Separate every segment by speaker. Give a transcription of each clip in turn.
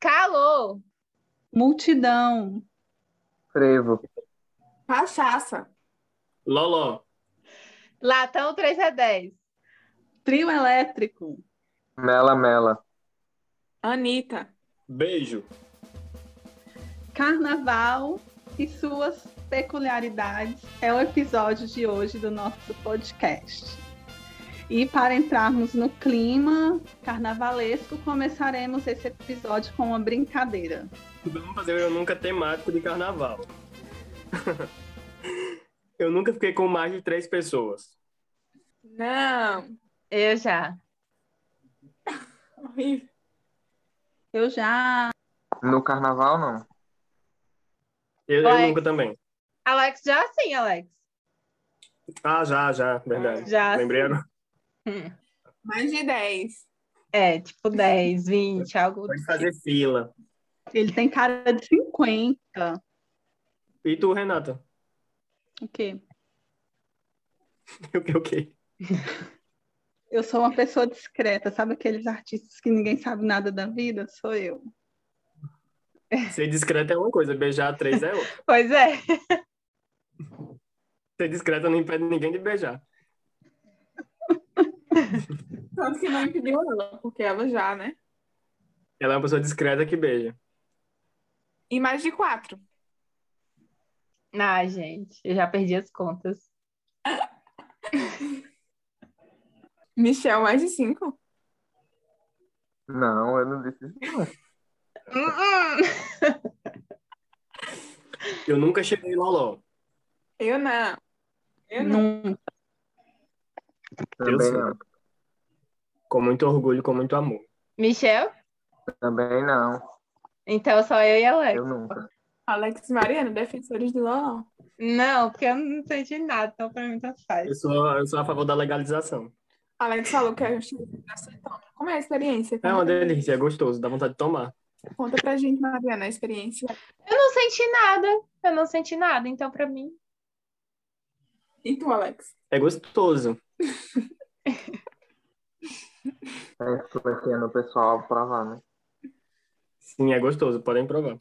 Speaker 1: Calor.
Speaker 2: Multidão.
Speaker 3: Frevo.
Speaker 4: Cachaça.
Speaker 5: Loló.
Speaker 1: Latão é 3 a 10.
Speaker 2: Trio elétrico.
Speaker 3: Mela Mela.
Speaker 4: Anitta.
Speaker 5: Beijo.
Speaker 2: Carnaval e suas peculiaridades é o episódio de hoje do nosso podcast. E para entrarmos no clima carnavalesco, começaremos esse episódio com uma brincadeira.
Speaker 5: Vamos fazer o Eu Nunca temático de carnaval. Eu nunca fiquei com mais de três pessoas.
Speaker 4: Não.
Speaker 1: Eu já.
Speaker 4: Horrível.
Speaker 2: Eu já.
Speaker 3: No carnaval, não.
Speaker 5: Eu, eu
Speaker 1: Oi.
Speaker 5: nunca também.
Speaker 1: Alex, já sim, Alex.
Speaker 5: Ah, já, já, verdade.
Speaker 1: Já.
Speaker 5: Lembrei agora.
Speaker 4: Mais de 10.
Speaker 1: É, tipo 10, 20, algo.
Speaker 5: Pode fazer fila.
Speaker 2: Ele tem cara de 50.
Speaker 5: E tu, Renata?
Speaker 2: O quê?
Speaker 5: O que, o que?
Speaker 2: Eu sou uma pessoa discreta, sabe aqueles artistas que ninguém sabe nada da vida? Sou eu.
Speaker 5: Ser discreto é uma coisa, beijar três é outra.
Speaker 1: Pois é.
Speaker 5: Ser discreto não impede ninguém de beijar.
Speaker 4: Tanto que não impediu ela, porque ela já, né?
Speaker 5: Ela é uma pessoa discreta que beija.
Speaker 4: E mais de 4.
Speaker 1: Ah, gente, eu já perdi as contas.
Speaker 4: Michel, mais de 5.
Speaker 3: Não, eu não disse isso.
Speaker 1: Hum, hum.
Speaker 5: Eu nunca cheguei Loló.
Speaker 4: Eu não. Eu não.
Speaker 2: Nunca.
Speaker 3: Também
Speaker 5: sei.
Speaker 3: não.
Speaker 5: Com muito orgulho, com muito amor.
Speaker 1: Michel?
Speaker 3: Também não.
Speaker 1: Então só eu e Alex.
Speaker 3: Eu nunca.
Speaker 4: Alex e Mariana, defensores do LOL.
Speaker 1: Não, porque eu não sei de nada, então pra mim tá fácil.
Speaker 5: Eu sou, eu sou a favor da legalização.
Speaker 4: Alex falou que é acetona. Como é a experiência?
Speaker 5: É uma delícia, é gostoso, dá vontade de tomar.
Speaker 4: Conta pra gente, Mariana, a experiência.
Speaker 1: Eu não senti nada, eu não senti nada, então pra mim.
Speaker 4: E tu, Alex?
Speaker 5: É gostoso.
Speaker 3: É influenciando o pessoal a provar, né?
Speaker 5: Sim, é gostoso, podem provar.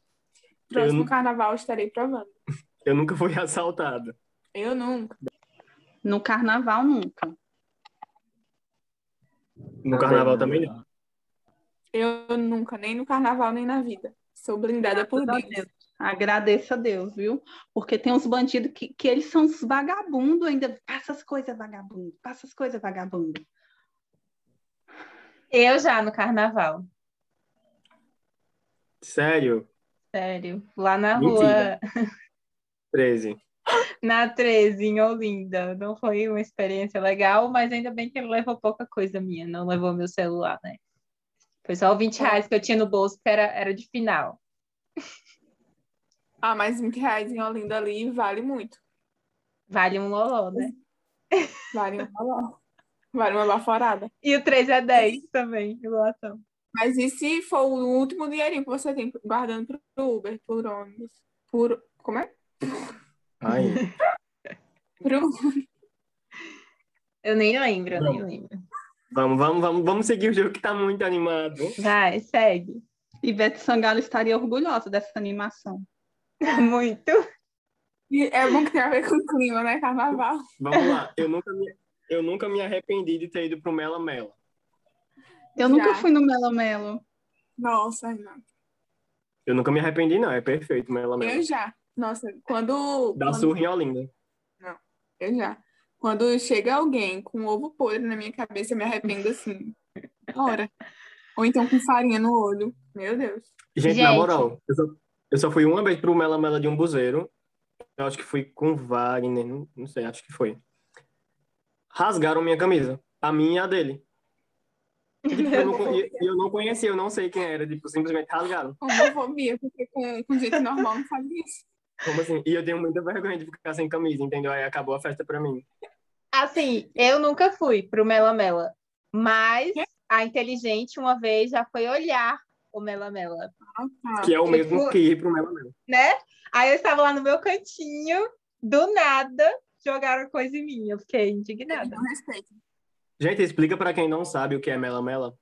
Speaker 4: Próximo
Speaker 5: Eu não-
Speaker 4: carnaval estarei provando.
Speaker 5: Eu nunca fui assaltado.
Speaker 4: Eu nunca.
Speaker 2: No carnaval, nunca.
Speaker 5: No
Speaker 3: Também
Speaker 5: carnaval
Speaker 3: não.
Speaker 5: também não.
Speaker 4: Eu nunca, nem no carnaval, nem na vida. Sou blindada por
Speaker 2: Graças a
Speaker 4: Deus.
Speaker 2: Deus. Agradeço a Deus, viu? Porque tem uns bandidos que, que eles são uns vagabundos ainda. Passa as coisas, vagabundo. Passa as coisas, vagabundo.
Speaker 1: Eu já no carnaval,
Speaker 5: Sério,
Speaker 1: sério. Lá na
Speaker 5: Mentira.
Speaker 1: rua,
Speaker 5: 13.
Speaker 1: na 13, em Olinda. Não foi uma experiência legal, mas ainda bem que ele levou pouca coisa minha, não levou meu celular, né? Foi só 20 reais que eu tinha no bolso, que era, era de final.
Speaker 4: Ah, mais 20 reais em Olinda ali vale muito.
Speaker 1: Vale um loló, né?
Speaker 4: Vale um valor. Vale uma baforada.
Speaker 1: E o 3 é 10 também, o latão.
Speaker 4: Mas e se for o último dinheirinho que você tem guardando pro Uber, por ônibus, por. Como é?
Speaker 5: Ai,
Speaker 4: Pro...
Speaker 1: Eu nem lembro, eu nem
Speaker 5: Não.
Speaker 1: lembro.
Speaker 5: vamos, vamos, vamos, vamos seguir o jogo que tá muito animado.
Speaker 1: Vai, segue.
Speaker 2: Ivete Sangalo estaria orgulhosa dessa animação.
Speaker 1: Muito.
Speaker 4: E É bom que tem a ver com o clima, né? Carnaval.
Speaker 5: Vamos lá. Eu nunca me, eu nunca me arrependi de ter ido pro Mela Mela.
Speaker 2: Eu
Speaker 4: Já.
Speaker 2: nunca fui no Melo Melo.
Speaker 4: Nossa, Renan.
Speaker 5: Eu nunca me arrependi, não. É perfeito, Mela Mela.
Speaker 4: Eu já. Nossa, quando.
Speaker 5: Dá
Speaker 4: quando-
Speaker 5: surra em Olinda.
Speaker 4: Eu já. Quando chega alguém com ovo podre na minha cabeça, eu me arrependo assim. Na hora. Ou então com farinha no olho. Meu Deus.
Speaker 5: Gente, na
Speaker 1: Gente.
Speaker 5: moral, eu só, eu só fui uma vez pro Mela Mela de um buzeiro. Eu acho que fui com Wagner, não, não sei, acho que foi. Rasgaram minha camisa. A minha e a dele. Tipo, Eu não, con- e- eu não conhecia, eu não sei quem era. Tipo, simplesmente rasgaram.
Speaker 4: Homofobia, porque com, com gente normal não faz isso.
Speaker 5: Como assim? E eu tenho muita vergonha de ficar sem camisa, entendeu? Aí acabou a festa pra mim.
Speaker 1: Assim, eu nunca fui pro Mela Mela, mas a inteligente uma vez já foi olhar o Mela Mela,
Speaker 4: Ah, tá.
Speaker 5: Que é o
Speaker 1: Eu
Speaker 5: mesmo
Speaker 1: fui-
Speaker 5: que ir pro Mela Mela.
Speaker 1: né? Aí eu estava lá no meu cantinho, do nada jogaram coisa em mim, eu fiquei indignada.
Speaker 4: Não um respeito.
Speaker 5: Gente, explica pra quem não sabe o que é Mela Mela.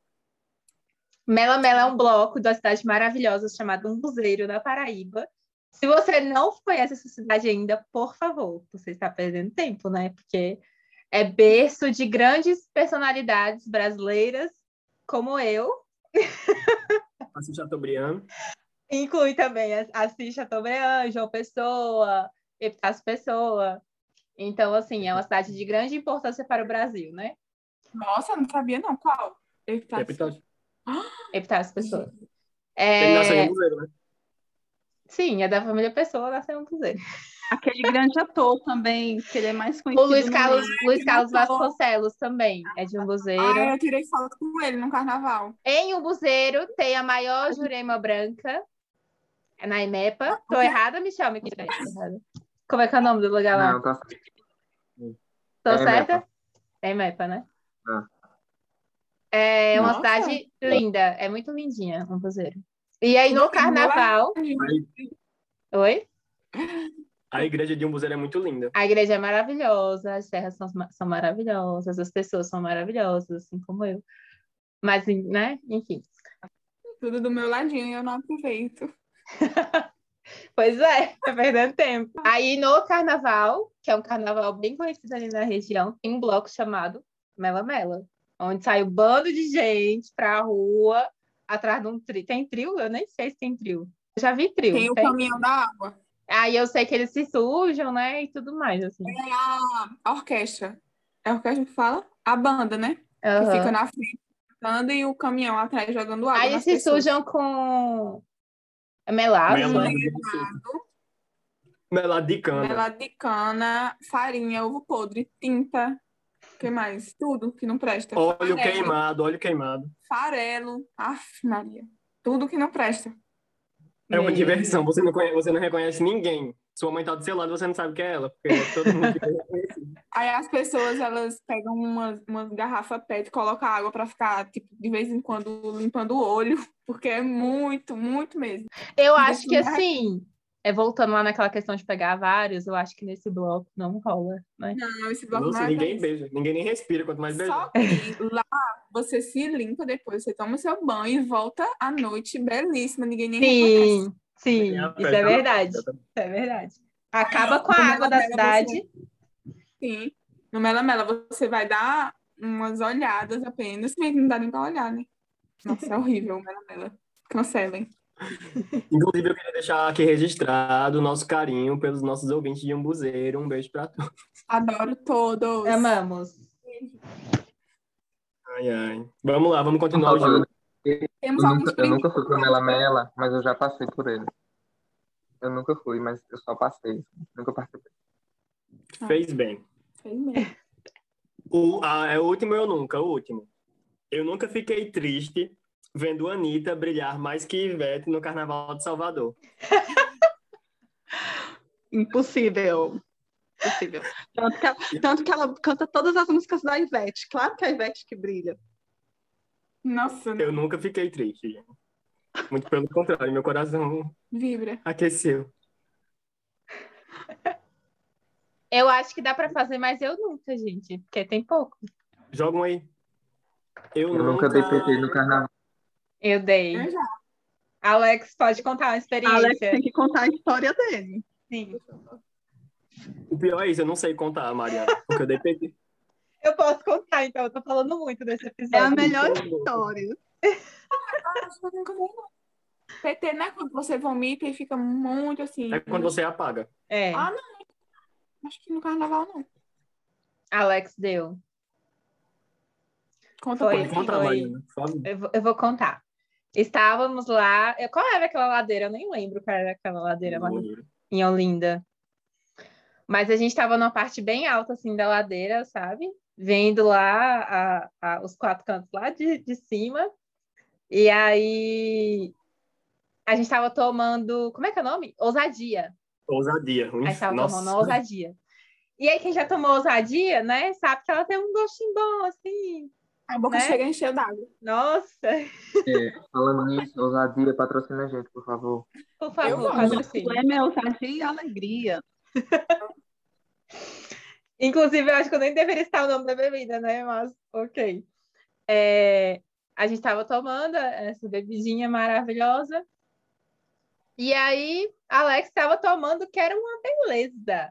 Speaker 1: Mela Mela é um bloco da cidade maravilhosa chamado Umbuzeiro, na Paraíba. Se você não conhece essa cidade ainda, por favor, você está perdendo tempo, né? Porque é berço de grandes personalidades brasileiras, como eu,
Speaker 5: Assim, Chateaubriand.
Speaker 1: inclui também a- Assis Chateaubriand, João Pessoa, Epitácio Pessoa. Então, assim, é uma cidade de grande importância para o Brasil, né?
Speaker 4: Nossa, não sabia não. Qual? Epitácio.
Speaker 5: Epitácio.
Speaker 1: Epitácio Pessoa.
Speaker 5: Ele
Speaker 1: É,
Speaker 5: nasceu em Buzeiro, né?
Speaker 1: Sim, é da família Pessoa, nasceu em um Umbuzeiro.
Speaker 2: Aquele grande ator também, que ele é mais
Speaker 1: O
Speaker 2: conhecido.
Speaker 1: Luiz
Speaker 2: no
Speaker 1: Carlos, Luiz Carlos
Speaker 4: legal.
Speaker 1: Vasconcelos também é de Umbuzeiro.
Speaker 4: Ah, eu tirei foto com ele no carnaval.
Speaker 1: Em Umbuzeiro tem a maior jurema branca, é na Imepa. Tô errada, Michel? Me corrija aí, tô errada. Como é que é o nome do lugar lá?
Speaker 3: Não, tá
Speaker 1: Tô
Speaker 3: é Ah.
Speaker 1: certa? É Imepa, né? É uma
Speaker 4: Nossa.
Speaker 1: cidade linda, é muito lindinha, Umbuzeiro. E aí no carnaval... Oi?
Speaker 5: A igreja de Umbuzeiro é muito linda.
Speaker 1: A igreja é maravilhosa, as terras são, ma- são maravilhosas, as pessoas são maravilhosas, assim como eu. Mas, né? Enfim.
Speaker 4: Tudo do meu ladinho e eu não aproveito.
Speaker 1: Pois é, tá perdendo tempo. Aí no carnaval, que é um carnaval bem conhecido ali na região, tem um bloco chamado Mela Mela, onde sai um bando de gente pra rua, atrás de um trio. Tem trio? Eu nem sei se tem trio. Eu já vi trio.
Speaker 4: Tem o
Speaker 1: tem?
Speaker 4: caminhão da água.
Speaker 1: Aí eu sei que eles se sujam, né? E tudo mais, assim.
Speaker 4: Tem a, a orquestra. É a orquestra que fala? A banda, né? Que
Speaker 1: Aham.
Speaker 4: fica na frente cantando e o caminhão atrás jogando água.
Speaker 1: Aí eles
Speaker 4: nas
Speaker 1: se
Speaker 4: pessoas.
Speaker 1: sujam com. É melado,
Speaker 5: Melado.
Speaker 1: né?
Speaker 5: Melado de cana.
Speaker 4: Melado de cana, farinha, ovo podre, tinta. O que mais? Tudo que não presta.
Speaker 5: Óleo
Speaker 4: Farelo,
Speaker 5: queimado, óleo queimado.
Speaker 4: Farelo. Aff, Maria. Tudo que não presta.
Speaker 5: É uma
Speaker 1: Meu.
Speaker 5: diversão. Você não, conhece, você não reconhece ninguém. Sua mãe tá do seu lado, você não sabe que é ela. Porque todo mundo fica reconhecido.
Speaker 4: Aí as pessoas, elas pegam uma, uma garrafa PET e colocam água pra ficar, tipo, de vez em quando limpando o olho, porque é muito, muito mesmo.
Speaker 1: Eu acho
Speaker 4: Deixa
Speaker 1: que
Speaker 4: eu-
Speaker 1: assim. É, voltando lá naquela questão de pegar vários, eu acho que nesse bloco não rola, né?
Speaker 4: Não, esse bloco não
Speaker 5: Nossa,
Speaker 4: é
Speaker 5: ninguém
Speaker 4: pra isso.
Speaker 5: beija. Ninguém nem respira, quanto mais beija.
Speaker 4: Só que lá você se limpa depois, você toma seu banho e volta à noite belíssima, ninguém nem reconhece.
Speaker 1: Sim, sim, isso é verdade. Isso é verdade. Acaba com a
Speaker 4: Como
Speaker 1: água da
Speaker 4: ela pega
Speaker 1: cidade.
Speaker 4: Sim. No Mela Mela você vai dar umas olhadas apenas, mas não dá nem pra olhar, né? Nossa, é horrível o Mela Mela. Cancelem.
Speaker 5: Inclusive, eu queria deixar aqui registrado o nosso carinho pelos nossos ouvintes de Umbuzeiro. Um beijo pra todos.
Speaker 4: Adoro todos.
Speaker 2: É
Speaker 1: Amamos.
Speaker 5: Ai, ai. Tá Vamos lá, vamos continuar o jogo.
Speaker 4: Temos
Speaker 3: Eu
Speaker 4: alguns
Speaker 3: nunca, eu
Speaker 4: brinquedos.
Speaker 3: nunca fui pro Mela Mela, mas eu já passei por ele. Eu nunca fui, mas eu só passei. Nunca participei.
Speaker 5: Fez bem. O, ah, é o último eu nunca, o último. Eu nunca fiquei triste vendo Anitta brilhar mais que Ivete no Carnaval de Salvador.
Speaker 2: Impossível. Impossível. Tanto que, ela, tanto que ela canta todas as músicas da Ivete. Claro que é a Ivete que brilha.
Speaker 4: Nossa,
Speaker 5: Eu nunca fiquei triste, gente. Muito pelo contrário, meu coração
Speaker 4: vibra.
Speaker 5: aqueceu.
Speaker 1: Eu acho que dá para fazer, mas eu nunca, gente, porque tem pouco.
Speaker 5: Jogam aí. Eu,
Speaker 3: Eu nunca dei PT no carnaval.
Speaker 1: Eu dei.
Speaker 4: Eu
Speaker 1: Alex, pode contar uma
Speaker 2: Alex
Speaker 1: experiência?
Speaker 2: tem que contar a história dele.
Speaker 1: Sim.
Speaker 5: O pior é isso, eu não sei contar, Mariana. Porque eu dei PT.
Speaker 1: Eu posso contar, então, eu tô falando muito desse
Speaker 2: É a
Speaker 1: episódio.
Speaker 2: melhor história.
Speaker 4: PT, né? Quando você vomita e fica muito assim.
Speaker 5: É quando você apaga.
Speaker 1: É,
Speaker 4: Ah, Acho que no carnaval não.
Speaker 1: Alex deu.
Speaker 4: Conta
Speaker 1: Foi.
Speaker 5: Pode contar,
Speaker 1: foi.
Speaker 5: Mariana. por favor.
Speaker 1: Eu vou, eu vou contar. Estávamos lá. eu- Qual era aquela ladeira? Eu nem lembro qual era aquela ladeira, mas em Olinda. Mas a gente estava numa parte bem alta, assim, da ladeira, sabe? Vendo lá a- a- os quatro cantos lá de, de cima. E aí a gente estava tomando. Como é que é o nome? Ousadia.
Speaker 5: Ousadia.
Speaker 1: Aí estava tomando
Speaker 5: Nossa.
Speaker 1: ousadia. E aí, quem já tomou ousadia, né, sabe que ela tem um gostinho bom, assim.
Speaker 4: A boca
Speaker 1: Né?
Speaker 4: chega a encher d'água.
Speaker 1: Nossa,
Speaker 3: É, falando nisso, ousadia, patrocina a gente, por favor.
Speaker 1: por
Speaker 4: Eu assim.
Speaker 1: favor,
Speaker 4: amo.
Speaker 1: patrocínio.
Speaker 2: O lema é ousadia e alegria.
Speaker 1: Inclusive, eu acho que eu nem deveria estar o nome da bebida, né? Mas, ok. É, a gente estava tomando essa bebidinha maravilhosa. E aí, Alex estava tomando que era uma beleza.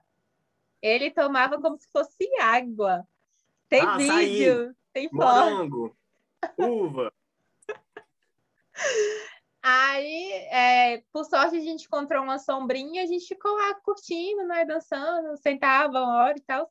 Speaker 1: Ele tomava como se fosse água. Tem
Speaker 5: Ah, açaí,
Speaker 1: vídeo, tem foto.
Speaker 5: Morango, uva.
Speaker 1: Aí, é, por sorte, a gente encontrou uma sombrinha, a gente ficou lá curtindo, né, dançando, sentava uma hora e tal.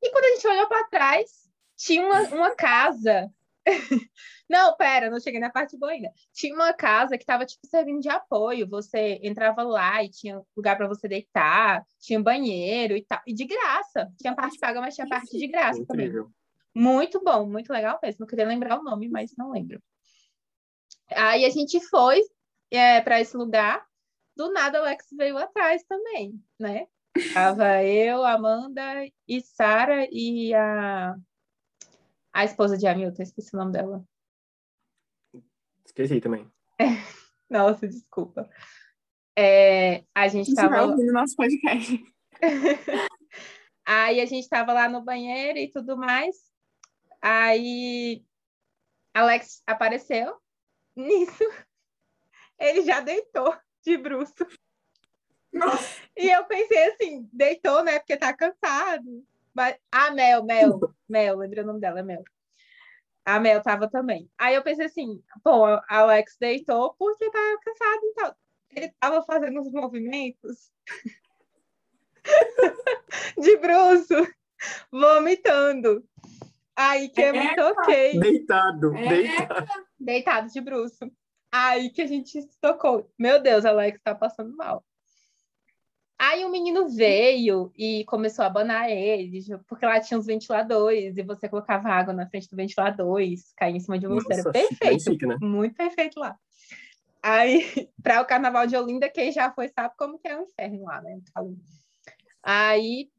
Speaker 1: E quando a gente olhou para trás, tinha uma, uma casa. Não, pera, não cheguei na parte boa ainda. Tinha uma casa que estava tipo servindo de apoio. Você entrava lá e tinha lugar para você deitar, tinha banheiro e tal, e de graça. Tinha parte paga, mas tinha parte de graça também.
Speaker 5: Incrível.
Speaker 1: Muito bom, muito legal mesmo. Eu queria lembrar o nome, mas não lembro. Aí a gente foi para esse lugar. Do nada, Alex veio atrás também, né? Tava eu, Amanda e Sara e a, a esposa de Hamilton, esqueci o nome dela.
Speaker 5: Esqueci também.
Speaker 1: Nossa, desculpa. É, a gente
Speaker 4: gente vai
Speaker 1: tava.
Speaker 4: ouvir no nosso podcast.
Speaker 1: Aí a gente estava lá no banheiro e tudo mais. Aí Alex apareceu. Nisso, ele já deitou de bruxo.
Speaker 4: Nossa.
Speaker 1: E eu pensei assim, deitou, né? Porque tá cansado. Mas a Mel, Mel, Mel, lembrei o nome dela, é Mel. A Mel tava também. Aí eu pensei assim, bom, a- Alex deitou porque tá cansado e tal. Ele tava fazendo uns movimentos de bruxo, vomitando. Aí que eu me toquei
Speaker 5: Deitado,
Speaker 4: É.
Speaker 5: deitado.
Speaker 1: deitado de bruxo. Aí que a gente se tocou. Meu Deus, Alex tá passando mal. Aí o menino veio e começou a abanar ele, porque lá tinha os ventiladores e você colocava água na frente do ventilador e isso caía em cima de você.
Speaker 5: Nossa,
Speaker 1: Era
Speaker 5: bem
Speaker 1: perfeito
Speaker 5: chique, né?
Speaker 1: muito perfeito lá. Aí, para o carnaval de Olinda, quem já foi sabe como que é o inferno lá, né? Então, Aí,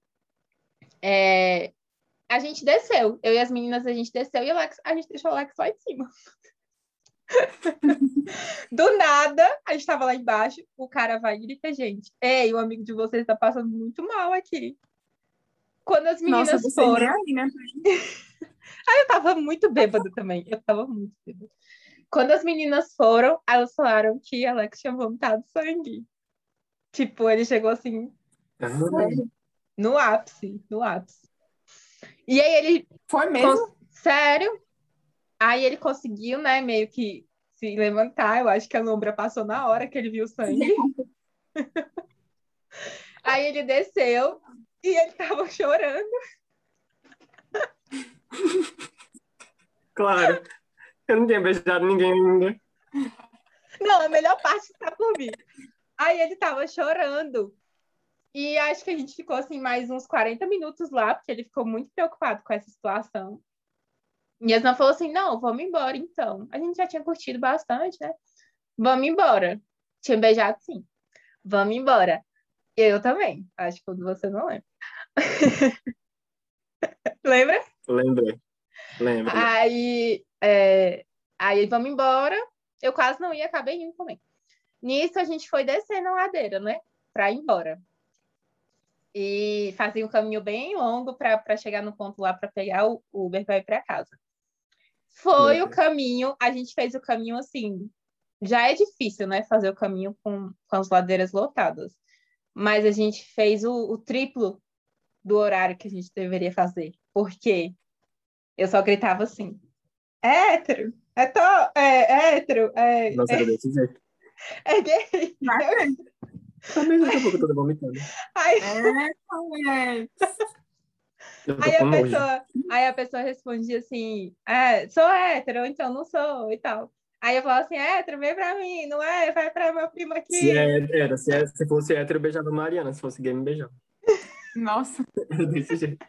Speaker 1: é, a gente desceu. Eu e as meninas, a gente desceu e o Alex- a gente deixou o Alex lá em cima. Do nada, a gente estava lá embaixo, o cara vai e grita, gente, ei, o amigo de vocês está passando muito mal aqui. Quando as meninas
Speaker 4: Nossa, você
Speaker 1: foram,
Speaker 4: vem aí, né?
Speaker 1: eu tava muito bêbado também. Eu tava muito bêbado. Quando as meninas foram, elas falaram que Alex tinha vomitado sangue. Tipo, ele chegou assim,
Speaker 5: É,
Speaker 1: no ápice, no ápice. E aí ele
Speaker 4: Foi mesmo?
Speaker 1: Cons- Sério? Aí ele conseguiu, né, meio que se levantar. Eu acho que a lombra passou na hora que ele viu o sangue. Aí ele desceu e ele tava chorando.
Speaker 5: Claro. Eu não tinha beijado ninguém ainda.
Speaker 1: Não, a melhor parte tá por vir. Aí ele tava chorando. E acho que a gente ficou assim mais uns 40 minutos lá, porque ele ficou muito preocupado com essa situação. E a Zan falou assim: não, vamos embora então. A gente já tinha curtido bastante, né? Vamos embora. Tinha beijado sim. Vamos embora. Eu também. Acho que você não lembra. lembra?
Speaker 5: Lembrei. Lembrei.
Speaker 1: Ah, Aí, é, aí vamos embora. Eu quase não ia, acabei indo também. Nisso a gente foi descendo a ladeira, né? Pra ir embora. E fazia um caminho bem longo para chegar no ponto lá para pegar o Uber para ir para casa. Foi
Speaker 5: Meu
Speaker 1: o caminho, a gente fez o caminho assim. Já é difícil, né? Fazer o caminho com, com as ladeiras lotadas. Mas a gente fez o, o triplo do horário que a gente deveria fazer. Por quê? Eu só gritava assim: é hétero, é, to é, é hétero, é,
Speaker 5: Nossa, era desse jeito.
Speaker 1: é gay.
Speaker 5: Talvez daqui a pouco eu tô vomitando.
Speaker 1: Aí,
Speaker 4: É, é.
Speaker 5: Eu tô
Speaker 1: aí a
Speaker 5: com nojo.
Speaker 1: pessoa, aí a pessoa respondia assim: é, sou hétero, ou então não sou e tal. Aí eu falava assim: é hétero, vem pra mim, não é? Vai pra meu primo
Speaker 5: Se,
Speaker 1: aqui.
Speaker 5: é, era, se, é, se fosse hétero, eu beijava a Mariana. Se fosse gay, me beijava.
Speaker 4: Nossa.
Speaker 5: Era desse jeito.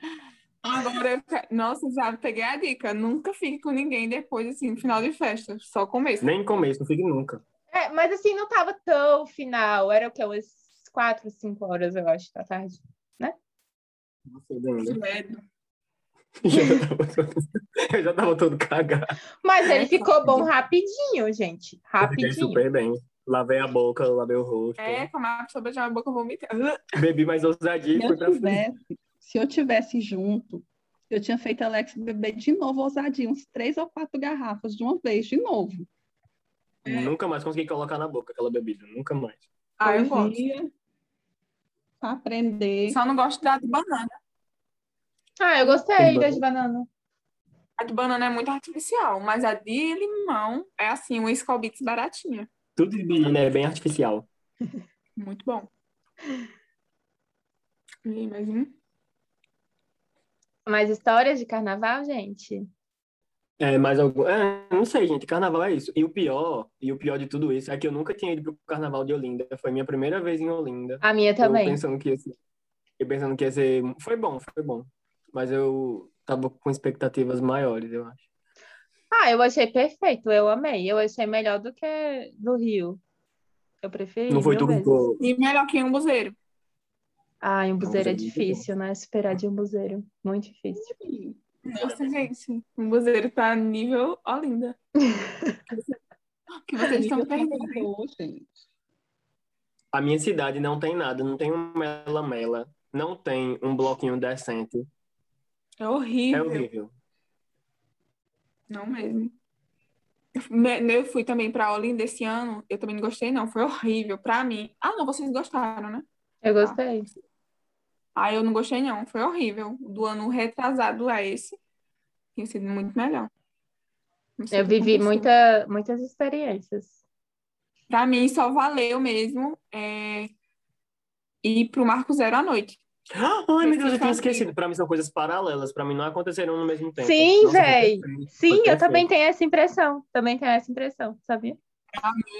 Speaker 4: Agora, eu ca- nossa, já peguei a dica. Nunca fique com ninguém depois, assim, no final de festa. Só começo.
Speaker 5: Nem começo, não fique nunca.
Speaker 1: É, mas assim, não tava tão final, era o quê? Umas quatro, cinco horas, eu acho, da tarde.
Speaker 5: Não sei ainda.
Speaker 4: Credo.
Speaker 5: Já tava todo- Eu já tava todo cagado.
Speaker 1: Mas ele ficou bom rapidinho, gente.
Speaker 5: Eu Fiquei
Speaker 1: Rapidinho.
Speaker 5: super bem. Lavei a boca, lavei o rosto.
Speaker 4: É, como a pessoa beijar a boca, eu vou vomitar.
Speaker 5: Bebi mais ousadia e
Speaker 2: Se eu
Speaker 5: fui pra frente.
Speaker 2: tivesse, se eu tivesse junto, Eu tinha feito Alex beber de novo, ousadia, uns três ou quatro garrafas de uma vez, de novo.
Speaker 5: Nunca mais consegui colocar na boca aquela bebida. Nunca mais.
Speaker 4: Ah, eu
Speaker 2: Hoje
Speaker 4: gosto.
Speaker 2: ia Pra aprender.
Speaker 4: Só não gosto da de banana.
Speaker 1: Ah, eu gostei
Speaker 5: Tem
Speaker 1: da
Speaker 5: ba-
Speaker 1: de banana.
Speaker 4: A de banana é muito artificial, mas a de limão é assim, uma Skol Beats baratinha.
Speaker 5: Tudo de menina é bem artificial.
Speaker 4: Muito bom. E aí, mais um?
Speaker 1: Mais histórias de carnaval, gente?
Speaker 5: É, mais algum. É, não sei, gente. Carnaval é isso. E o pior, e o pior de tudo isso é que eu nunca tinha ido pro carnaval de Olinda. Foi minha primeira vez em Olinda.
Speaker 1: A minha também.
Speaker 5: Eu pensando que ia ser, eu pensando que ia ser. Foi bom, foi bom. Mas eu tava com expectativas maiores, eu acho.
Speaker 1: Ah, eu achei perfeito, eu amei. Eu achei melhor do que do Rio. Eu preferi.
Speaker 5: Não foi
Speaker 1: mil
Speaker 5: tu que
Speaker 1: vezes.
Speaker 5: ficou.
Speaker 4: E melhor que um buzeiro.
Speaker 1: Ah, em Umbuzeiro é
Speaker 5: Umbuzeiro é muito
Speaker 1: difícil, né? Superar de Umbuzeiro. Muito difícil.
Speaker 2: assim,
Speaker 4: Nossa, gente, um buzeiro tá nível Olinda.
Speaker 2: assim,
Speaker 4: que vocês estão perdendo.
Speaker 2: Acabou, gente.
Speaker 5: A minha cidade não tem nada, não tem um mela-mela, não tem um bloquinho decente.
Speaker 4: É
Speaker 5: É
Speaker 4: horrível.
Speaker 5: horrível.
Speaker 4: Não mesmo. Me- Eu fui também pra Olinda esse ano. Eu também não gostei, não. Foi horrível pra mim. Ah, não, vocês gostaram, né?
Speaker 1: Eu gostei.
Speaker 4: Ah, eu não gostei, não. Foi horrível. Do ano retrasado a esse, tinha sido muito melhor. Não sei
Speaker 1: Eu
Speaker 4: o que
Speaker 1: vivi
Speaker 4: aconteceu.
Speaker 1: muita, muitas experiências.
Speaker 4: Pra mim, só valeu mesmo é, ir pro Marco Zero à noite.
Speaker 5: Ai, meu Deus, eu tinha esquecido. Pra mim são coisas paralelas, pra mim não aconteceram no mesmo tempo.
Speaker 1: Sim,
Speaker 5: Nossa, foi
Speaker 1: véi.
Speaker 5: perfeito, foi
Speaker 1: Sim, eu
Speaker 5: perfeito.
Speaker 1: também tenho essa impressão. Também tenho essa impressão, sabia?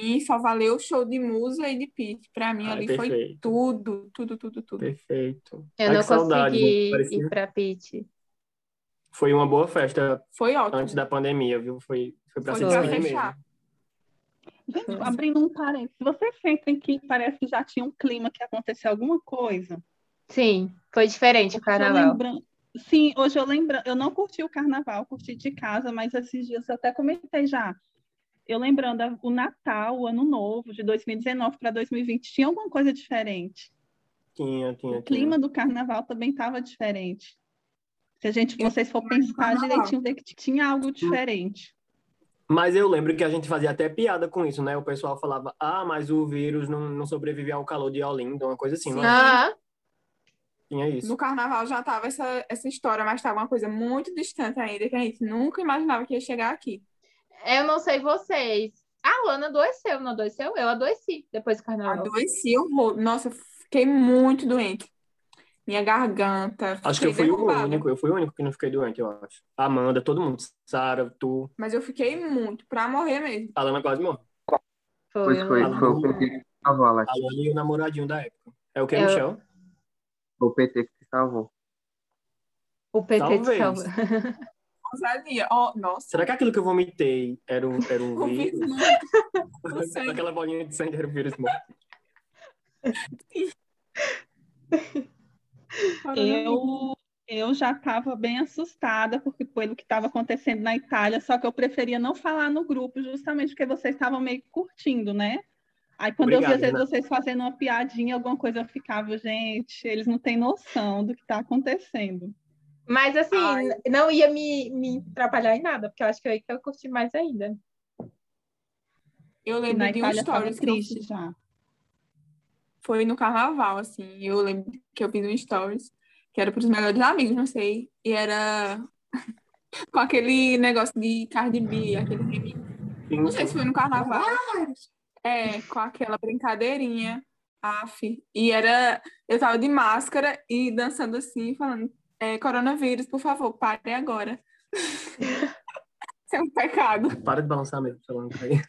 Speaker 4: E só valeu o show de Musa e de Pete. Pra mim,
Speaker 5: Ai,
Speaker 4: ali foi
Speaker 5: perfeito,
Speaker 4: tudo, tudo, tudo, tudo.
Speaker 5: perfeito.
Speaker 1: Eu
Speaker 5: Ai,
Speaker 1: não
Speaker 5: que saudade, gente.
Speaker 1: consegui
Speaker 5: Parecia-
Speaker 1: ir pra Pit.
Speaker 5: Foi uma boa festa
Speaker 4: Foi ótimo.
Speaker 5: antes da pandemia, viu? Foi, foi pra
Speaker 4: Foi
Speaker 5: se
Speaker 1: pra
Speaker 5: divertir
Speaker 4: fechar.
Speaker 5: mesmo.
Speaker 2: Gente, abrindo um parênteses, vocês sentem que parece que já tinha um clima que aconteceu alguma coisa?
Speaker 1: Sim, foi diferente o
Speaker 2: Hoje eu
Speaker 1: carnaval.
Speaker 2: lembra- Sim, hoje eu lembro, eu não curti o carnaval, curti de casa, mas esses dias eu até comentei já. Eu lembrando a- o Natal, o Ano Novo, de 2019 para 2020, tinha alguma coisa diferente.
Speaker 5: Tinha, tinha,
Speaker 2: O
Speaker 5: tinha.
Speaker 2: clima do carnaval também estava diferente. Se a gente,
Speaker 4: Eu
Speaker 2: vocês for
Speaker 4: lembro do
Speaker 2: pensar
Speaker 4: carnaval.
Speaker 2: direitinho, ver que tinha algo diferente.
Speaker 5: Mas eu lembro que a gente fazia até piada com isso, né? O pessoal falava, ah, mas o vírus não, não sobrevive ao calor de Olinda, uma coisa assim, não é?
Speaker 1: Ah,
Speaker 5: Tinha isso.
Speaker 4: No carnaval já tava essa, essa história, mas tava uma coisa muito distante ainda, que a gente nunca imaginava que ia chegar aqui.
Speaker 1: eu não sei vocês. A Luana adoeceu, não adoeceu? Eu adoeci depois do carnaval.
Speaker 4: Adoeci horror. Nossa, eu fiquei muito doente. Minha garganta.
Speaker 5: Acho que eu
Speaker 4: fiquei
Speaker 5: fui o
Speaker 4: derrubada.
Speaker 5: único, eu fui o único que não fiquei doente, eu acho. Amanda, todo mundo. Sara, tu.
Speaker 4: Mas eu fiquei muito, pra morrer mesmo.
Speaker 5: A Lana quase morreu.
Speaker 1: Foi, um,
Speaker 3: Pois
Speaker 1: eu
Speaker 3: foi,
Speaker 1: lembro.
Speaker 3: foi o PT que salvou, Alex.
Speaker 5: A Lana e o namoradinho da época. É o que,
Speaker 1: Eu-
Speaker 5: Michel?
Speaker 3: Foi o PT que te salvou.
Speaker 1: O PT te salvou.
Speaker 5: Talvez.
Speaker 4: Ousadia. Ó, nossa.
Speaker 5: Será que aquilo que eu vomitei era o, era o
Speaker 4: O
Speaker 5: vírus?
Speaker 4: vírus não não sei.
Speaker 5: Aquela bolinha de sangue era o vírus morto.
Speaker 2: Eu, eu já estava bem assustada porque, pelo que estava acontecendo na Itália, só que eu preferia não falar no grupo, justamente porque vocês estavam meio que curtindo, né? Aí quando eu vi, às
Speaker 5: Obrigado,
Speaker 2: vezes,
Speaker 5: Renata.
Speaker 2: vocês fazendo uma piadinha, alguma coisa, eu ficava, gente, eles não têm noção do que está acontecendo.
Speaker 1: Mas assim,
Speaker 4: Ai.
Speaker 1: n- não ia me, me atrapalhar em nada, porque eu acho que eu ia que eu curti mais ainda.
Speaker 4: Eu
Speaker 2: E na
Speaker 4: lembro de um
Speaker 2: Itália estava
Speaker 4: stories que eu fiz.
Speaker 2: triste já.
Speaker 4: Foi no carnaval, assim. Eu lembro que eu fiz um stories, que era pros melhores amigos, não sei. E era com aquele negócio de Cardi B, aquele remix. Não sei se foi no carnaval. É, com aquela brincadeirinha. Af. E era. Eu tava de máscara e dançando assim, falando: é, coronavírus, por favor, pare agora. Isso é um pecado.
Speaker 5: Para de balançar mesmo, essa Lana caiu.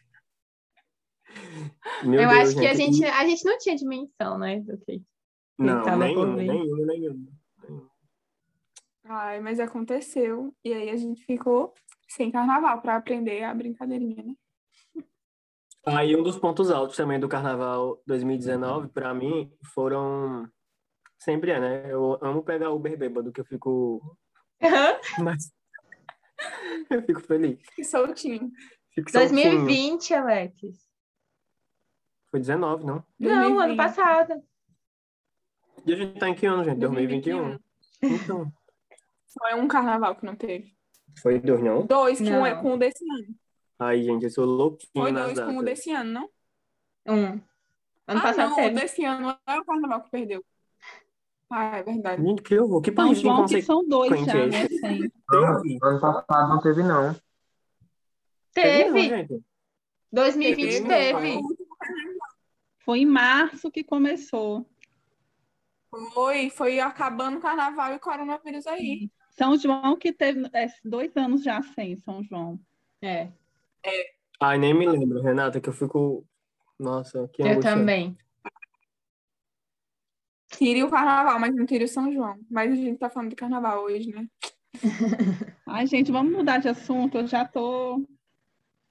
Speaker 5: Meu
Speaker 1: eu
Speaker 5: Deus, né,
Speaker 1: acho que a gente, a gente não tinha dimensão, né? Do que.
Speaker 5: Não, um,
Speaker 1: tava
Speaker 5: nenhuma,
Speaker 1: por vir.
Speaker 5: nenhuma, nenhuma.
Speaker 4: Ai, mas aconteceu. E aí a gente ficou sem carnaval pra aprender a brincadeirinha, né?
Speaker 5: Aí um dos pontos altos também do Carnaval 2019, pra mim, foram... Sempre é, né? Eu amo pegar Uber bêbado, que eu fico... Mas... eu fico feliz.
Speaker 4: Que soltinho.
Speaker 5: Fico soltinho.
Speaker 1: 2020, Alex.
Speaker 5: Foi 19, não?
Speaker 1: Não, ano
Speaker 4: 2020.
Speaker 1: passado. um.
Speaker 5: E a gente tá em que ano, gente? 2021. Então,
Speaker 4: Só é um carnaval que não teve.
Speaker 5: Foi dois, não?
Speaker 4: Dois, que um é
Speaker 1: Não.
Speaker 4: com o desse ano.
Speaker 5: Ai, gente, eu sou
Speaker 4: Foi
Speaker 5: louquinho nas
Speaker 4: dois com o
Speaker 5: datas.
Speaker 4: desse ano, não?
Speaker 1: Um. Ano
Speaker 4: ah,
Speaker 1: passado
Speaker 4: não, o
Speaker 1: teve.
Speaker 4: desse ano é o carnaval que perdeu. Ah, é verdade.
Speaker 5: Gente, que horror. Que
Speaker 2: São
Speaker 5: país
Speaker 2: João que
Speaker 5: inconsequente.
Speaker 2: são dois já,
Speaker 5: consequente
Speaker 2: né? Sim.
Speaker 5: Teve?
Speaker 3: Ano passado não teve, não.
Speaker 5: Teve, não,
Speaker 1: Teve.
Speaker 5: gente. tá
Speaker 1: 2020
Speaker 4: não,
Speaker 1: teve.
Speaker 2: Foi em março que começou.
Speaker 4: Foi, foi acabando o carnaval e o coronavírus aí.
Speaker 2: São João que teve é, dois anos já sem São João.
Speaker 1: É,
Speaker 5: Ai, nem me lembro, Renata, que eu fico. Nossa, que
Speaker 1: eu
Speaker 5: angústia.
Speaker 1: também.
Speaker 4: Tire o carnaval, mas não tire o São João. Mas a gente tá falando de carnaval hoje, né?
Speaker 2: Ai, gente, vamos mudar de assunto. Eu já tô.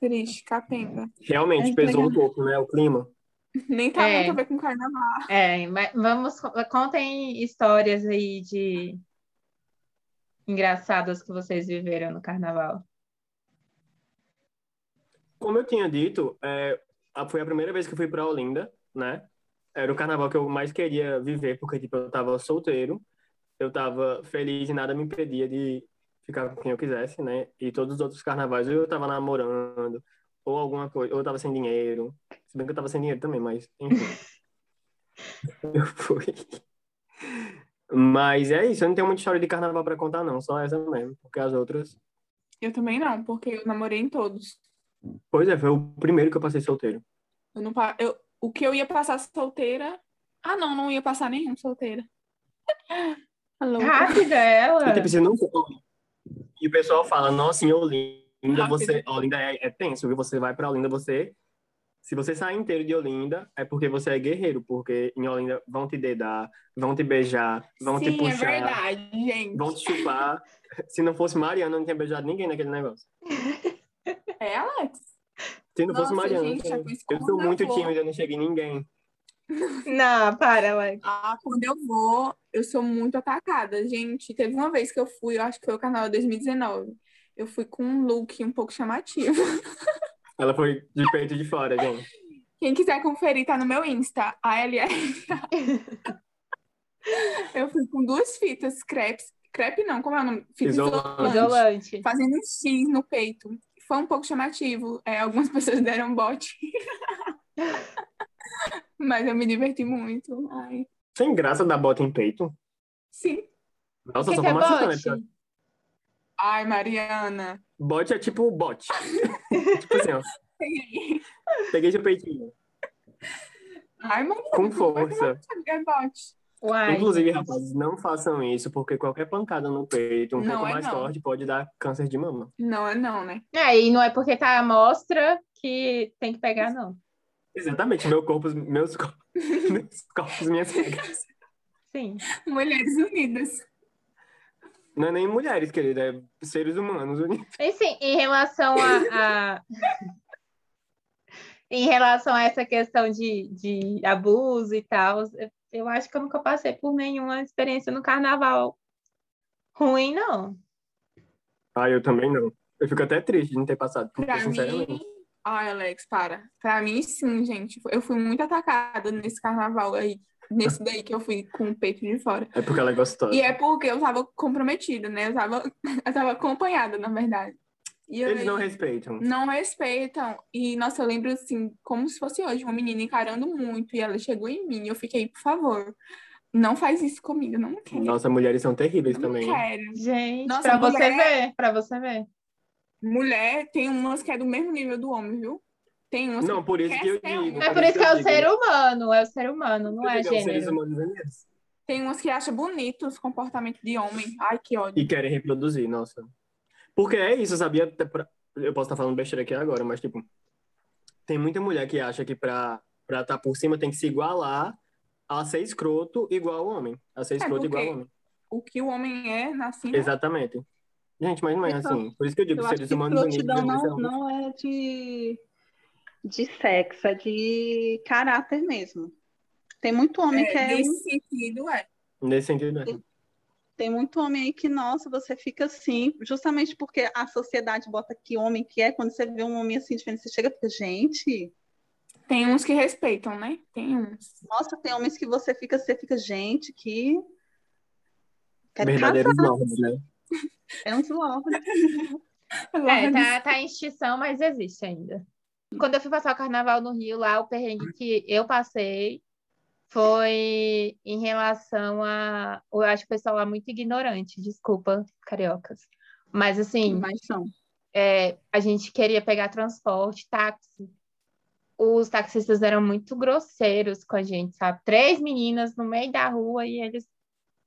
Speaker 4: Triste, capenga.
Speaker 5: Realmente
Speaker 2: Ai,
Speaker 5: pesou
Speaker 2: legal.
Speaker 5: um pouco, né? O clima.
Speaker 4: Nem tá
Speaker 1: É.
Speaker 4: muito a ver com carnaval.
Speaker 1: É, mas vamos, contem histórias aí de engraçadas que vocês viveram no carnaval.
Speaker 5: Como eu tinha dito, é, a- foi a primeira vez que eu fui para Olinda, né? Era o carnaval que eu mais queria viver, porque tipo, eu tava solteiro, eu tava feliz e nada me impedia de ficar com quem eu quisesse, né? E todos os outros carnavais ou eu tava namorando, ou alguma coisa, ou eu tava sem dinheiro. Se bem que eu tava sem dinheiro também, mas enfim. eu fui. Mas é isso, eu não tenho muita história de carnaval para contar, não, só essa mesmo, porque as outras.
Speaker 4: Eu também não, porque eu namorei em todos.
Speaker 5: Pois é, foi o primeiro que eu passei solteiro.
Speaker 4: Eu não, pa- eu, o que eu ia passar solteira. Ah, não, não ia passar nenhum solteira. Tá Alô.
Speaker 1: Rápida ela!
Speaker 4: É.
Speaker 5: Eu, tipo, você não come. E o pessoal fala, nossa, em Olinda,
Speaker 4: Rápido.
Speaker 5: você, Olinda é, é tenso, viu? Você vai pra Olinda, você. Se você sair inteiro de Olinda, é porque você é guerreiro, porque em Olinda vão te dedar, vão te beijar, vão
Speaker 4: Sim,
Speaker 5: te
Speaker 4: é
Speaker 5: puxar,
Speaker 4: verdade, gente.
Speaker 5: vão te chupar. Se não fosse Mariana, eu não tinha beijado ninguém naquele negócio.
Speaker 4: É, Alex?
Speaker 5: Se não
Speaker 4: Nossa,
Speaker 5: fosse Mariana,
Speaker 4: gente, tá
Speaker 5: eu,
Speaker 4: a coisa
Speaker 5: eu sou
Speaker 4: contra
Speaker 5: muito
Speaker 4: a
Speaker 5: tímido, eu não cheguei em ninguém.
Speaker 1: Não, para, Alex.
Speaker 4: Ah, quando eu vou, eu sou muito atacada. Gente, teve uma vez que eu fui, eu acho que foi o canal 2019. Eu fui com um look um pouco chamativo.
Speaker 5: Ela foi de peito de fora, gente.
Speaker 4: Quem quiser conferir, tá no meu Insta, ALR. eu fui com duas fitas crepes. Crepe não, como é o nome? Fita
Speaker 5: Isolante.
Speaker 1: Isolante.
Speaker 4: Fazendo um X no peito. Foi um pouco chamativo. É, algumas pessoas deram bote. Mas eu me diverti muito. Ai.
Speaker 5: Sem graça dar bota em peito.
Speaker 4: Sim.
Speaker 5: Nossa,
Speaker 1: O que
Speaker 5: só
Speaker 1: que é
Speaker 5: vou machucar, né?
Speaker 1: bote?
Speaker 4: Ai, Mariana.
Speaker 5: Bote é tipo o bote. tipo assim, ó. Peguei seu peitinho.
Speaker 4: Ai, Mariana.
Speaker 5: Com
Speaker 4: como é que
Speaker 5: força.
Speaker 4: É bote.
Speaker 1: Uai,
Speaker 5: Inclusive,
Speaker 1: gente.
Speaker 5: rapazes, não façam isso, porque qualquer pancada no peito, um
Speaker 4: Não
Speaker 5: pouco
Speaker 4: é
Speaker 5: mais
Speaker 4: não.
Speaker 5: forte, pode dar câncer de mama.
Speaker 4: Não, é não, né?
Speaker 1: É, e não é porque tá à amostra que tem que pegar, não.
Speaker 5: Exatamente, meu corpo, meus, cor- meus corpos, minhas regras.
Speaker 1: Sim.
Speaker 4: Mulheres unidas.
Speaker 5: Não é nem mulheres, querida, é seres humanos.
Speaker 1: Enfim, em relação a. a- em relação a essa questão de, de abuso e tal, eu- eu acho que eu nunca passei por nenhuma experiência no carnaval ruim, não.
Speaker 5: Ah, eu também não. Eu fico até triste de não ter passado, porque,
Speaker 4: Pra
Speaker 5: sinceramente.
Speaker 4: mim. Ai, Alex, para. Pra mim, sim, gente. Eu fui muito atacada nesse carnaval aí. Nesse daí que eu fui com o peito de fora.
Speaker 5: É porque ela é gostosa.
Speaker 4: E é porque eu tava comprometida, né? Eu tava, eu tava acompanhada, na verdade. E eu
Speaker 5: Eles não
Speaker 4: não,
Speaker 5: respeitam.
Speaker 4: respeitam. E, nossa, eu lembro, assim, como se fosse hoje, uma menina encarando muito. E ela chegou em mim. Eu fiquei, por favor, não faz isso comigo. Eu não quero.
Speaker 5: Nossa, mulheres são terríveis
Speaker 4: não
Speaker 5: também. né?
Speaker 4: quero.
Speaker 1: Gente,
Speaker 4: Nossa,
Speaker 1: pra você
Speaker 4: mulher-
Speaker 1: ver, pra você ver.
Speaker 4: Mulher, tem umas que é do mesmo nível do homem, viu? Tem umas
Speaker 5: Não,
Speaker 4: que...
Speaker 5: por isso que eu
Speaker 4: Essa é uma.
Speaker 5: digo.
Speaker 1: É por isso que é o
Speaker 5: digo.
Speaker 1: ser humano, é o ser humano, não
Speaker 5: Eu
Speaker 1: é
Speaker 5: digo, um os seres
Speaker 1: gênero.
Speaker 5: humanos venenosos.
Speaker 4: tem umas que acham bonito os comportamentos de homem. Ai, que ódio.
Speaker 5: E querem reproduzir, nossa. Porque é isso, sabia? Até pra- Eu posso estar falando besteira aqui agora, mas, tipo, tem muita mulher que acha que pra estar tá por cima tem que se igualar a ser escroto igual o homem. A
Speaker 2: É,
Speaker 5: ser escroto igual o
Speaker 4: porque-
Speaker 5: homem.
Speaker 4: O que o homem é, nasceu.
Speaker 5: Exatamente. Gente, mas não é
Speaker 2: Então,
Speaker 5: assim. Por isso que eu digo,
Speaker 2: Eu acho
Speaker 5: seres
Speaker 2: que
Speaker 5: humanos unidos.
Speaker 2: prontidão
Speaker 5: eles
Speaker 2: não,
Speaker 5: são-
Speaker 2: não é de, de sexo, é de caráter mesmo. Tem muito homem que é
Speaker 4: Nesse
Speaker 1: um.
Speaker 4: sentido, é.
Speaker 5: Nesse sentido, é.
Speaker 2: Tem muito homem aí que, nossa, você fica assim, justamente porque a sociedade bota que homem que é, quando você vê um homem assim diferente, você chega e fica, gente,
Speaker 4: Tem uns que respeitam, né? Tem uns.
Speaker 2: nossa, tem homens que você fica, você fica, gente, que. Quero
Speaker 5: Verdadeiros nórdicos, né?
Speaker 2: É um zoológico.
Speaker 1: É, tá, tá em extinção, mas existe ainda. Quando eu fui passar o carnaval no Rio, lá o perrengue que eu passei foi em relação a. Eu acho o pessoal lá muito ignorante, desculpa, cariocas. Mas assim,
Speaker 2: Mas são.
Speaker 1: é, a gente queria pegar transporte, táxi. Os taxistas eram muito grosseiros com a gente, sabe? Três meninas no meio da rua e eles.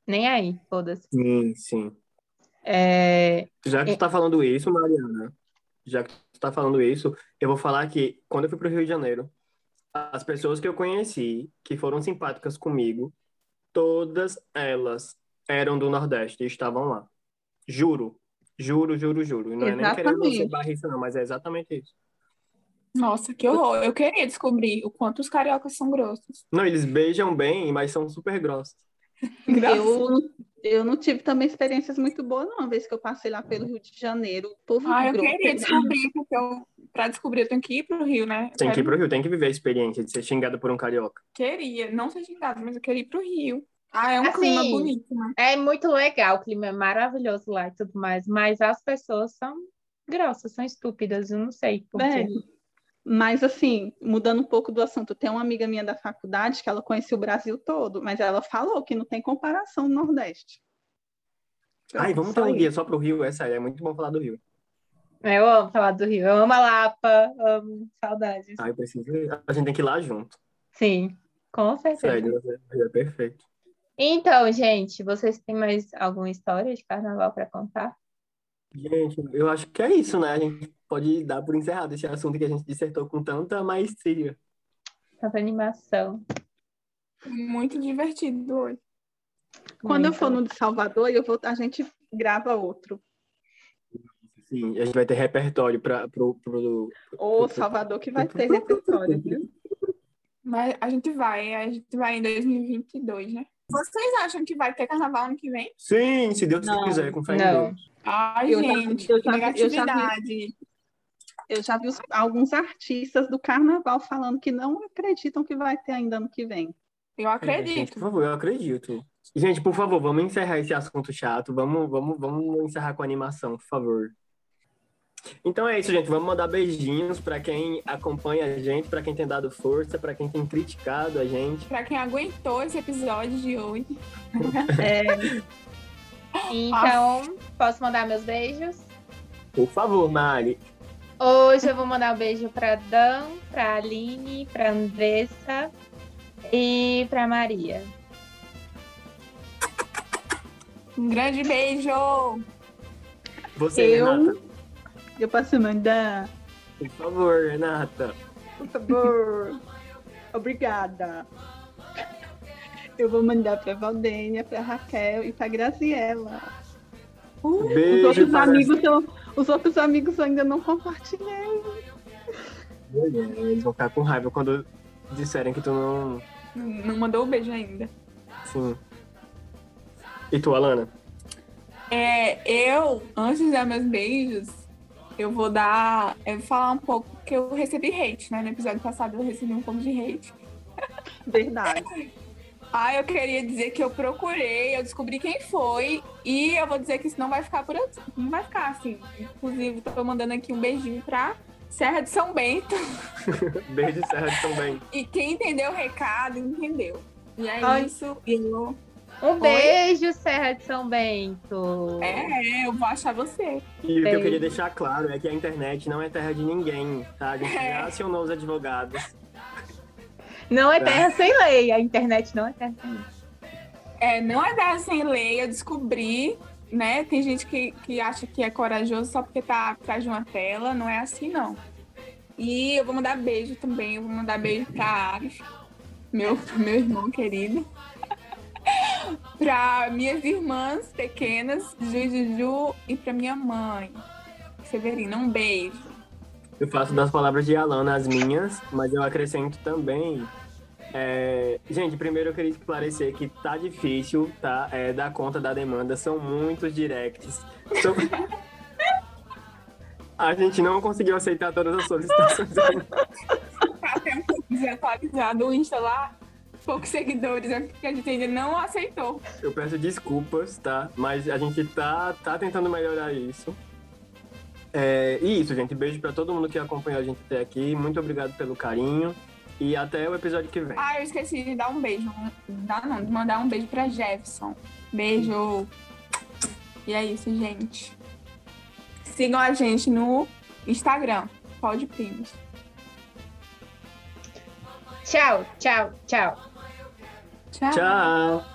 Speaker 1: Nem aí, foda-se.
Speaker 5: Sim, sim.
Speaker 1: É,
Speaker 5: Já que tu tá falando isso, Mariana, já que tu tá falando isso, eu vou falar que quando eu fui pro Rio de Janeiro, as pessoas que eu conheci, que foram simpáticas comigo, todas elas eram do Nordeste e estavam lá. Juro, juro, juro, juro. E não é nem querendo
Speaker 2: Exatamente.
Speaker 5: ser barrista, não, mas é exatamente isso.
Speaker 4: Nossa, que horror. Eu queria descobrir o quanto os cariocas são grossos.
Speaker 5: Não, eles beijam bem, mas são super grossos.
Speaker 2: Eu, eu não tive também experiências muito boas, não. Uma vez que eu passei lá pelo Rio de Janeiro, o povo
Speaker 4: Ah, eu
Speaker 2: grosso.
Speaker 4: queria descobrir, porque eu, pra descobrir eu tenho que ir pro Rio, né? Eu
Speaker 5: Tem que ir
Speaker 4: quero-
Speaker 5: pro Rio, tem que viver a experiência de ser xingado por um carioca.
Speaker 4: Queria, não ser xingado, mas eu queria ir pro Rio. Ah, é um
Speaker 1: Assim,
Speaker 4: clima bonito, né?
Speaker 1: É muito legal, o clima é maravilhoso lá e tudo mais, mas as pessoas são grossas, são estúpidas, eu não sei por quê.
Speaker 2: Velho. Mas assim, mudando um pouco do assunto, tem uma amiga minha da faculdade que ela conhece o Brasil todo, mas ela falou que não tem comparação no Nordeste.
Speaker 5: Ai, vamos ter
Speaker 2: Só
Speaker 5: um
Speaker 2: É isso.
Speaker 5: dia só pro Rio, é sério, é muito bom falar do Rio.
Speaker 1: Eu amo falar do Rio, eu amo a Lapa, amo saudades.
Speaker 5: Ai, preciso ir. A gente tem que ir lá junto.
Speaker 1: Sim, com certeza.
Speaker 5: Sério, é perfeito.
Speaker 1: Então, gente, vocês têm mais alguma história de carnaval para contar?
Speaker 5: Gente, eu acho que é isso, né? A gente pode dar por encerrado esse assunto que a gente dissertou com tanta maestria.
Speaker 1: Tanta animação.
Speaker 4: Muito divertido hoje.
Speaker 2: Quando eu
Speaker 1: Muito.
Speaker 2: for no de Salvador, eu vou, a gente grava outro.
Speaker 5: Sim, a gente vai ter repertório para pro, pro...
Speaker 2: Ou Salvador que vai ter repertório, viu?
Speaker 4: Mas a gente vai, a gente vai em 2022, né? Vocês acham que vai ter carnaval ano que vem?
Speaker 5: Sim, se Deus
Speaker 2: Não,
Speaker 5: quiser, com fé em
Speaker 1: não.
Speaker 5: Deus.
Speaker 4: Ai,
Speaker 2: Eu já-
Speaker 4: gente,
Speaker 2: eu já- eu já vi-
Speaker 4: negatividade.
Speaker 2: Eu já vi os- alguns artistas do carnaval falando que não acreditam que vai ter ainda ano que vem.
Speaker 4: Eu
Speaker 5: É, Gente, por
Speaker 4: acredito.
Speaker 5: favor, eu acredito. Gente, por favor, vamos encerrar esse assunto chato. Vamos, vamos, vamos encerrar com animação, por favor. Então é isso, gente. Vamos mandar beijinhos para quem acompanha a gente, para quem tem dado força, para quem tem criticado a gente.
Speaker 4: Pra quem aguentou esse episódio de hoje.
Speaker 1: É. Então, posso mandar meus beijos?
Speaker 5: Por favor, Mari.
Speaker 1: Hoje eu vou mandar um beijo pra Dan, pra Aline, pra Andressa e pra Maria.
Speaker 4: Um grande beijo!
Speaker 5: Você,
Speaker 2: Eu?
Speaker 5: Renata.
Speaker 2: Eu posso mandar?
Speaker 5: Por favor, Renata.
Speaker 2: Por favor. Obrigada. Eu vou mandar para Valdênia, para Raquel e para Graziela. Uh, os
Speaker 5: Beijo
Speaker 2: outros
Speaker 5: para-
Speaker 2: amigos eu, os outros amigos eu ainda não compartilhei.
Speaker 5: Eles vão ficar com raiva quando disserem que tu não.
Speaker 4: Não- Não mandou o beijo ainda.
Speaker 5: Sim. E tu, Alana?
Speaker 4: É, eu, antes de dar meus beijos, eu vou dar. Eu vou falar um pouco que eu recebi hate, né? No episódio passado eu recebi um pouco de hate.
Speaker 2: Verdade.
Speaker 4: Ah, eu queria dizer que eu procurei, eu descobri quem foi, e eu vou dizer que isso não vai ficar por aqui. Não vai ficar assim. Inclusive, tô mandando aqui um beijinho pra Serra de São Bento.
Speaker 5: Beijo e Serra de São Bento.
Speaker 4: E quem entendeu o recado, entendeu. E é
Speaker 1: Ai.
Speaker 4: isso. E eu,
Speaker 1: Um beijo, Serra de São Bento.
Speaker 4: é, eu vou achar você.
Speaker 5: E o que eu
Speaker 1: Beijo.
Speaker 5: queria deixar claro é que a internet não é terra de ninguém, tá? A gente
Speaker 2: É.
Speaker 5: já acionou os advogados.
Speaker 1: Não é
Speaker 5: Tá.
Speaker 1: terra sem lei, a internet não é terra sem lei.
Speaker 4: É, não é dar sem lei, eu descobri, né? Tem gente que, que acha que é corajoso só porque tá atrás de uma tela, não é assim, não. E eu vou mandar beijo também, eu vou mandar beijo pra Ares, meu, meu irmão querido. pra minhas irmãs pequenas, Ju, Juju, e pra minha mãe, Severina. Um beijo.
Speaker 5: Eu faço das palavras de Alana as minhas, mas eu acrescento também. é, Gente, primeiro eu queria esclarecer que tá difícil, tá? É, dar conta da demanda, são muitos directs. Então, A gente não conseguiu aceitar todas as solicitações.
Speaker 4: Tá até um pouco desatualizado o Insta lá. poucos seguidores, é porque a gente ainda não aceitou.
Speaker 5: Eu peço desculpas, tá? Mas a gente tá, tá tentando melhorar isso. É, e isso, gente. Beijo pra todo mundo que acompanhou a gente até aqui. Muito obrigado pelo carinho. E até o episódio que vem.
Speaker 4: Ah, eu esqueci de dar um beijo. Dar não, de mandar um beijo pra Jefferson. Beijo. E é isso, gente. Sigam a gente no Instagram, Pode Primos.
Speaker 1: Tchau, tchau, tchau.
Speaker 5: Tchau!